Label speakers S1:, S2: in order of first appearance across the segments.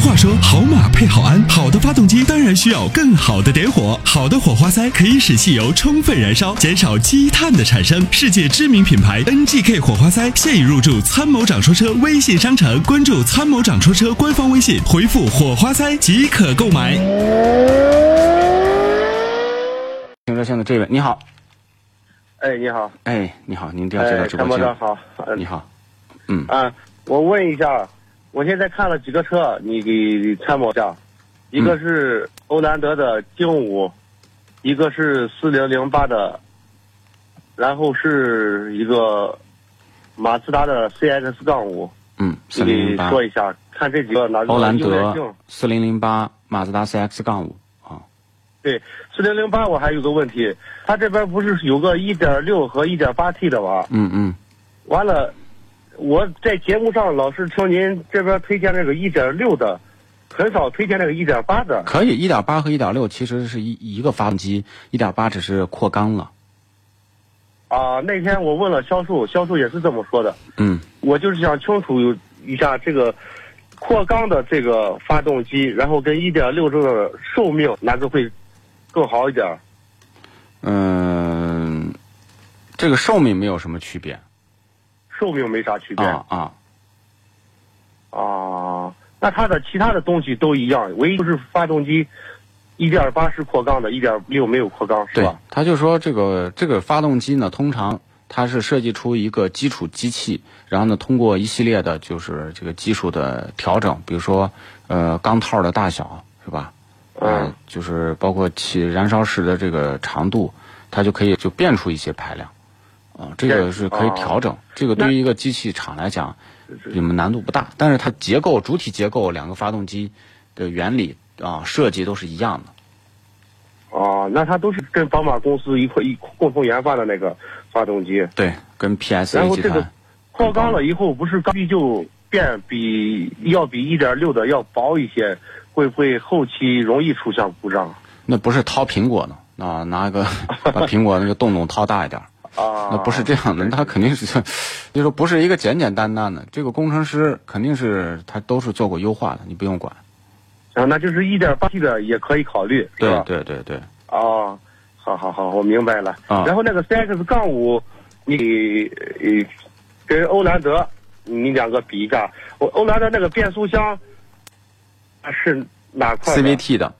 S1: 话说，好马配好鞍，好的发动机当然需要更好的点火。好的火花塞可以使汽油充分燃烧，减少积碳的产生。世界知名品牌 NGK 火花塞现已入驻参谋长说车微信商城，关注参谋长说车官方微信，回复火花塞即可购买。
S2: 请热线的这位，你好，
S3: 哎，你好，
S2: 哎，你好，您调接到
S3: 哎，
S2: 直
S3: 参
S2: 播
S3: 谋
S2: 间
S3: 长，好，嗯
S2: 你好，
S3: 啊，我问一下，我现在看了几个车，你给参谋一下，一
S2: 嗯
S3: 个是欧蓝德的劲舞，一个是四零零八的，然后是一个马自达的 CX 杠五，
S2: 嗯，
S3: 你
S2: 四零
S3: 给
S2: 零八，
S3: 说一下，看这几个哪个
S2: 欧蓝
S3: 优越
S2: 德
S3: 性？
S2: 四零零八，马自达 CX 杠五啊，
S3: 对，四零零八我还有个问题，它这边不是有个一点六和一点八 T 的吗？
S2: 嗯嗯，
S3: 完了，我在节目上老是听您这边推荐那个一点六的，很少推荐那个一点八的。
S2: 可以，一点八和一点六其实是一一个发动机，一点八只是扩缸了，
S3: 啊、那天我问了销售，销售也是这么说的。
S2: 嗯，
S3: 我就是想清楚一下这个扩缸的这个发动机，然后跟一点六这个寿命哪个会更好一点？
S2: 嗯，这个寿命没有什么区别
S3: 寿命没啥区别啊
S2: 啊啊，
S3: 那它的其他的东西都一样，唯一就是发动机。一点八是扩缸的，一点六没有扩缸，是
S2: 对
S3: 吧？，
S2: 他就说这个这个发动机呢，通常它是设计出一个基础机器，然后呢，通过一系列的就是这个技术的调整，比如说呃钢套的大小是吧？呃
S3: 嗯，
S2: 就是包括其燃烧时的这个长度，它就可以就变出一些排量。啊、这个
S3: 对
S2: 是可以
S3: 哦
S2: 调整，这个对于一个机器厂来讲，你们难度不大，但是它结构主体结构两个发动机的原理啊、设计都是一样的。
S3: 哦，那它都是跟宝马公司一块一共同研发的那个发动机。
S2: 对，跟 PSA
S3: 然后
S2: 集
S3: 这个
S2: 团
S3: 扩缸了以后，不是缸壁就变比要比一点六的要薄一些，会不会后期容易出现故障
S2: 那不是掏苹果呢，啊，拿一个把苹果那个洞洞掏大一点儿，
S3: 啊？
S2: 那不是这样的，它肯定是，就说不是一个简简单单的，这个工程师肯定是他都是做过优化的，你不用管。
S3: 啊，那就是一点八 T 的也可以考虑，是
S2: 对
S3: 吧？
S2: 对对对，
S3: 哦，好好好，我明白了。
S2: 啊
S3: 然后那个 CX 杠五，你呃跟欧蓝德你两个比一下，我欧蓝德那个变速箱是哪块的
S2: CVT 的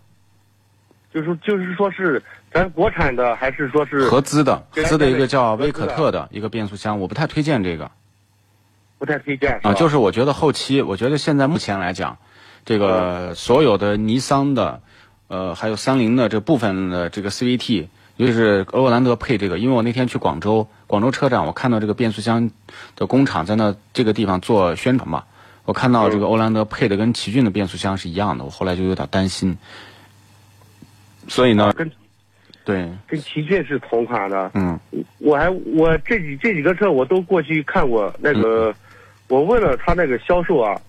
S3: 就是就是说是咱国产的，还是说是
S2: 合资的，合
S3: 对
S2: 资的一个叫
S3: 合
S2: 威
S3: 资的
S2: 可特的一个变速箱，我不太推荐这个
S3: 不太推荐？
S2: 啊，就是是我觉得后期，我觉得现在目前来讲，这个所有的尼桑的，呃，还有三菱的这部分的这个 CVT，尤其是欧蓝德配这个，因为我那天去广州，广州车展，我看到这个变速箱的工厂在那这个地方做宣传嘛，我看到这个欧蓝德配的跟奇骏的变速箱是一样的，我后来就有点担心，所以呢
S3: 吧，跟
S2: 对，
S3: 跟奇骏是同款的。
S2: 嗯
S3: 我还我这几这几个车我都过去看过，那
S2: 嗯
S3: 个、我问了他那个销售啊，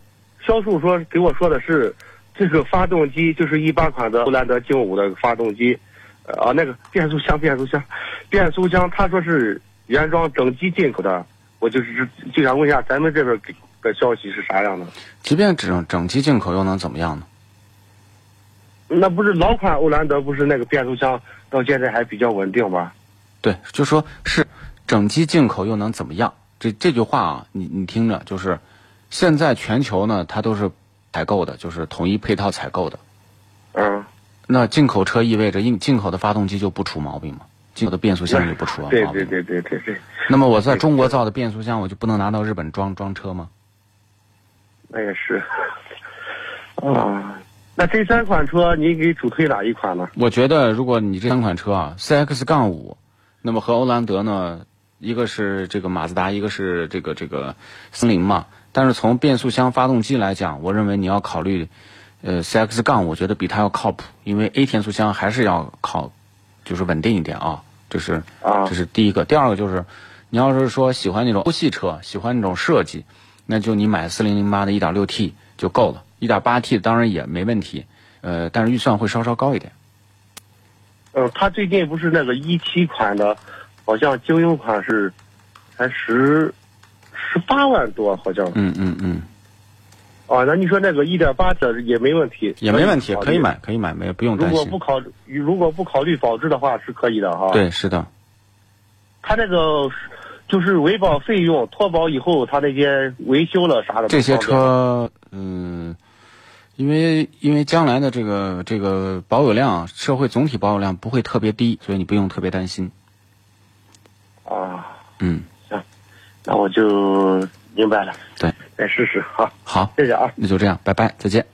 S3: 销售说给我说的是这个发动机就是一八款的布兰德劲舞的发动机，呃啊那个变速箱变速箱变速箱，他说是原装整机进口的，我就是就想问一下咱们这边给的消息是啥样的？
S2: 即便整整机进口又能怎么样呢？
S3: 那不是老款欧蓝德，不是那个变速箱到现在还比较稳定吗？
S2: 对，就说是整机进口又能怎么样？这这句话啊，你你听着，就是现在全球呢，它都是采购的，就是统一配套采购的。
S3: 嗯，
S2: 那进口车意味着进进口的发动机就不出毛病嘛，进口的变速箱就不出毛病
S3: 对
S2: 嘛。
S3: 对对对对对，
S2: 那么我在中国造的变速箱，我就不能拿到日本装装车吗？
S3: 那也是。啊，那这三款车你给主推哪一款呢？
S2: 我觉得如果你这三款车啊，CX 杠五，那么和欧蓝德呢，一个是这个马自达，一个是这个这个森林嘛。但是从变速箱、发动机来讲，我认为你要考虑，呃，CX 杠，我觉得比它要靠谱，因为 A 天速箱还是要靠，就是稳定一点啊。这是
S3: 啊
S2: 这是第一个。第二个就是，你要是说喜欢那种欧系车，喜欢那种设计，那就你买四零零八的一点六 T 就够了，一点八 T 当然也没问题，呃，但是预算会稍稍高一点。
S3: 嗯，它最近不是那个一七款的，好像精英款是才十十八万多，好像。
S2: 嗯嗯嗯嗯，
S3: 啊，那你说那个一点八的也没问题，
S2: 也没问题，
S3: 考虑
S2: 可以。买，可以买，没不用
S3: 如
S2: 担
S3: 果
S2: 心
S3: 不。考虑，如果不考虑保值的话是可以的哈。，
S2: 对，是的，
S3: 他那个就是维保费用，脱保以后他那些维修了啥的
S2: 这些
S3: 不方便
S2: 车，嗯，因为因为将来的这个这个保有量，啊社会总体保有量不会特别低，所以你不用特别担心。
S3: 啊，
S2: 嗯，
S3: 那我就明白了，
S2: 对，
S3: 再试试哈。
S2: 好，
S3: 谢谢啊。
S2: 那就这样，拜拜，再见。